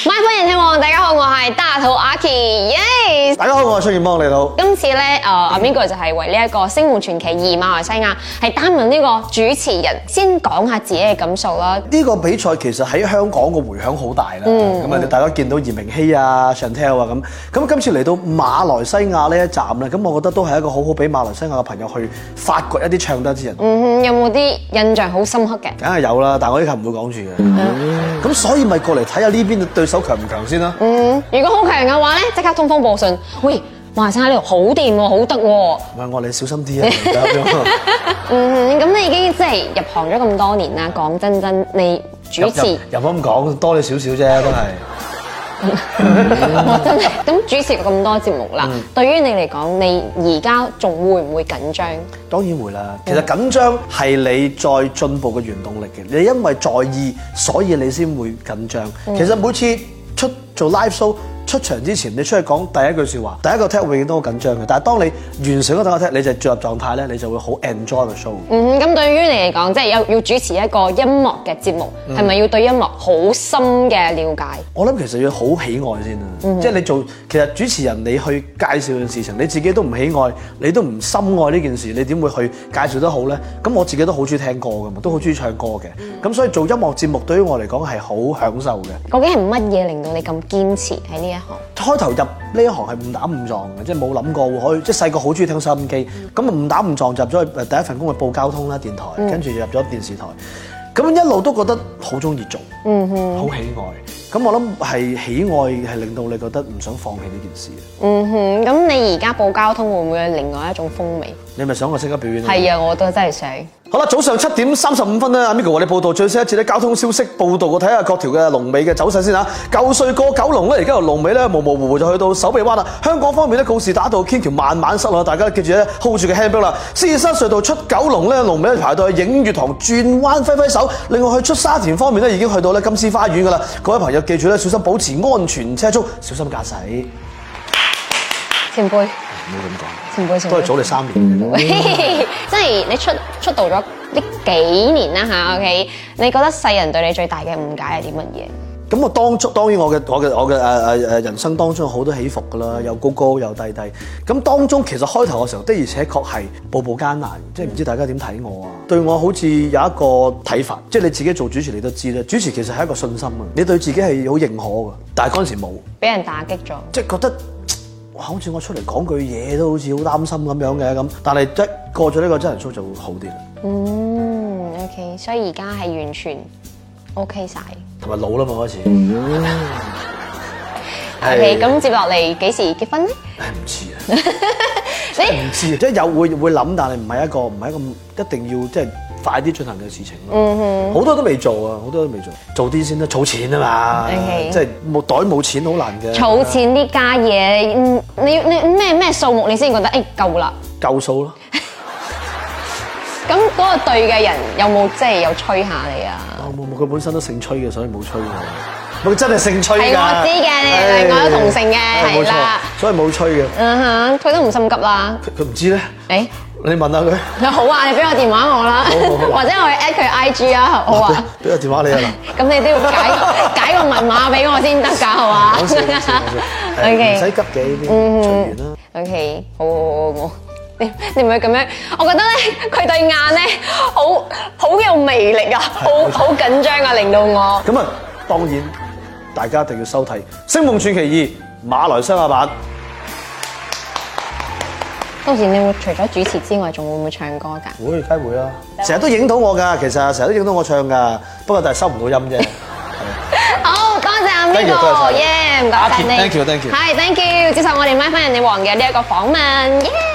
My f 人聽王，大家好，我係大肚阿 K，耶！大家好，我係孫健邦嚟到。今次咧，誒阿 Migo 就係為呢一個《星夢傳奇二》馬來西亞係擔任呢個主持人，先講下自己嘅感受啦。呢個比賽其實喺香港個迴響好大啦，嗯咁啊、你大家見到葉明熙啊、Chantel 啊咁，咁今次嚟到馬來西亞呢一站咧，咁我覺得都係一個好好俾馬來西亞嘅朋友去發掘一啲唱得之人，嗯哼，有冇啲印象好深刻嘅？梗係有啦，但我呢球唔會講住嘅，咁所以咪過嚟睇下呢邊嘅對手強唔強先啦。嗯，如果好強嘅話咧，即刻通風報信。喂，馬來西亞呢度好掂喎，好得喎。唔係我話你小心啲啊，咁樣嗯，咁你已經即係入行咗咁多年啦，講真真，你 主持又又咁講，多你少少啫，都係。我真係咁主持過咁多節目啦，對於你嚟講，你而家仲會唔會緊張？當然會啦，其實緊張係你再進步嘅原動力嘅。你因為在意，所以你先會緊張。其實每次出做 live show 出場之前，你出去講第一句説話，第一個 take 永遠都好緊張嘅。但係當你完成咗第一個 take，你就進入狀態咧，你就會好 enjoy 個 show。嗯，咁對於你嚟講，即係要要主持一個音樂嘅節目，嗯係咪要對音樂好深嘅了解？我諗其實要好喜愛先啊，即係你做其實主持人，你去介紹件事情，你自己都唔喜愛，你都唔深愛呢件事，你點會去介紹得好呢？咁我自己都好中意聽歌噶嘛，都好中意唱歌嘅，咁所以做音樂節目對於我嚟講係好享受嘅。究竟係乜嘢令到你咁堅持喺呢一行？開頭入呢一行係誤打誤撞嘅，即係冇諗過會可以，即係細個好中意聽收音機，咁啊誤打誤撞就入咗去誒第一份工去報交通啦電台，跟住就入咗電視台，咁一路都覺得好中意做，好喜愛。咁我諗係喜愛係令到你覺得唔想放棄呢件事嘅。嗯哼，咁你而家報交通會唔會有另外一種風味？你咪想我即刻表演啊？係啊，我都真係想。好啦，早上七點三十五分啦，阿 Miko 為你報道最新一次咧交通消息報道，我睇下各條嘅龍尾嘅走勢先嚇。舊隧過九龍咧，而家由龍尾咧模模糊糊就去到手臂灣啦。香港方面咧，告士打道天橋慢慢塞落，大家記住咧 hold 住嘅 handbrake 啦。獅子山隧道出九龍咧，龍尾咧排到去映月堂轉彎揮揮手。另外去出沙田方面咧，已經去到咧金絲花園噶啦。各位朋友記住咧，小心保持安全車速，小心駕駛。前輩，唔前輩，前好咁講，都係輩。早你三年嘅啫。 即係你出出道咗呢幾年啦吓 o k 你覺得世人對你最大嘅誤解係啲乜嘢？咁我當中當然我嘅我嘅我嘅誒誒誒人生當中有好多起伏㗎啦，有高高有低低。咁當中其實開頭嘅時候的而且確係步步艱難，即係唔知大家點睇我啊？對我好似有一個睇法，即係你自己做主持你都知啦。主持其實係一個信心啊，你對自己係好認可㗎，但係嗰陣時冇，俾人打擊咗。即係覺得。哇！好似我出嚟講句嘢都好似好擔心咁樣嘅咁，但係一過咗呢個真人 show 就會好啲啦，嗯，OK，所以而家係完全 OK 晒。同埋老啦嘛開始，嗯係 OK，咁接落嚟幾時結婚咧？唉唔知啊。你唔知，即係有會會諗，但係唔係一個唔係一個一定要即係快啲進行嘅事情咯。好多都未做啊，好多都未做，做啲先啦，儲錢啊嘛 OK，即係冇袋冇錢好難嘅。儲錢呢家嘢，嗯你你咩咩數目你先覺得誒夠啦？夠數咯，咁嗰個對嘅人有冇即係有催下你啊？冇冇佢本身都姓崔嘅，所以冇催我。佢真係姓崔㗎。係我知嘅你哋兩個都同姓嘅唉冇係啦錯所以冇催嘅。嗯哼，佢都唔心急啦。佢佢唔知咧，誒，你問 下佢。好啊，你俾個電話我啦，好好好或者我 at 佢 IG 啊，好啊。俾個電話你 啊嗱。咁你都要解解個密碼俾我先得㗎，係嘛講笑講笑講笑唉唔使 à. ？OK 急嘅呢啲，隨緣啦。 OK，好好好好好。 你你唔係咁樣，我覺得咧佢對眼咧好好有魅力啊，好好緊張啊，令到我咁啊，當然大家一定要收睇《星夢傳奇二》馬來西亞版。到時你會除咗主持之外，仲會唔會唱歌㗎？會，梗係會啦。成日都影到我㗎，其實成日都影到我唱㗎，不過但係收唔到音啫。好，多謝阿 Thank you，多謝 Migo，晒耶，唔該晒你 Thank you，thank you，thank you 係 thank you，接受我哋 My 翻人哋王嘅呢一個訪問，耶。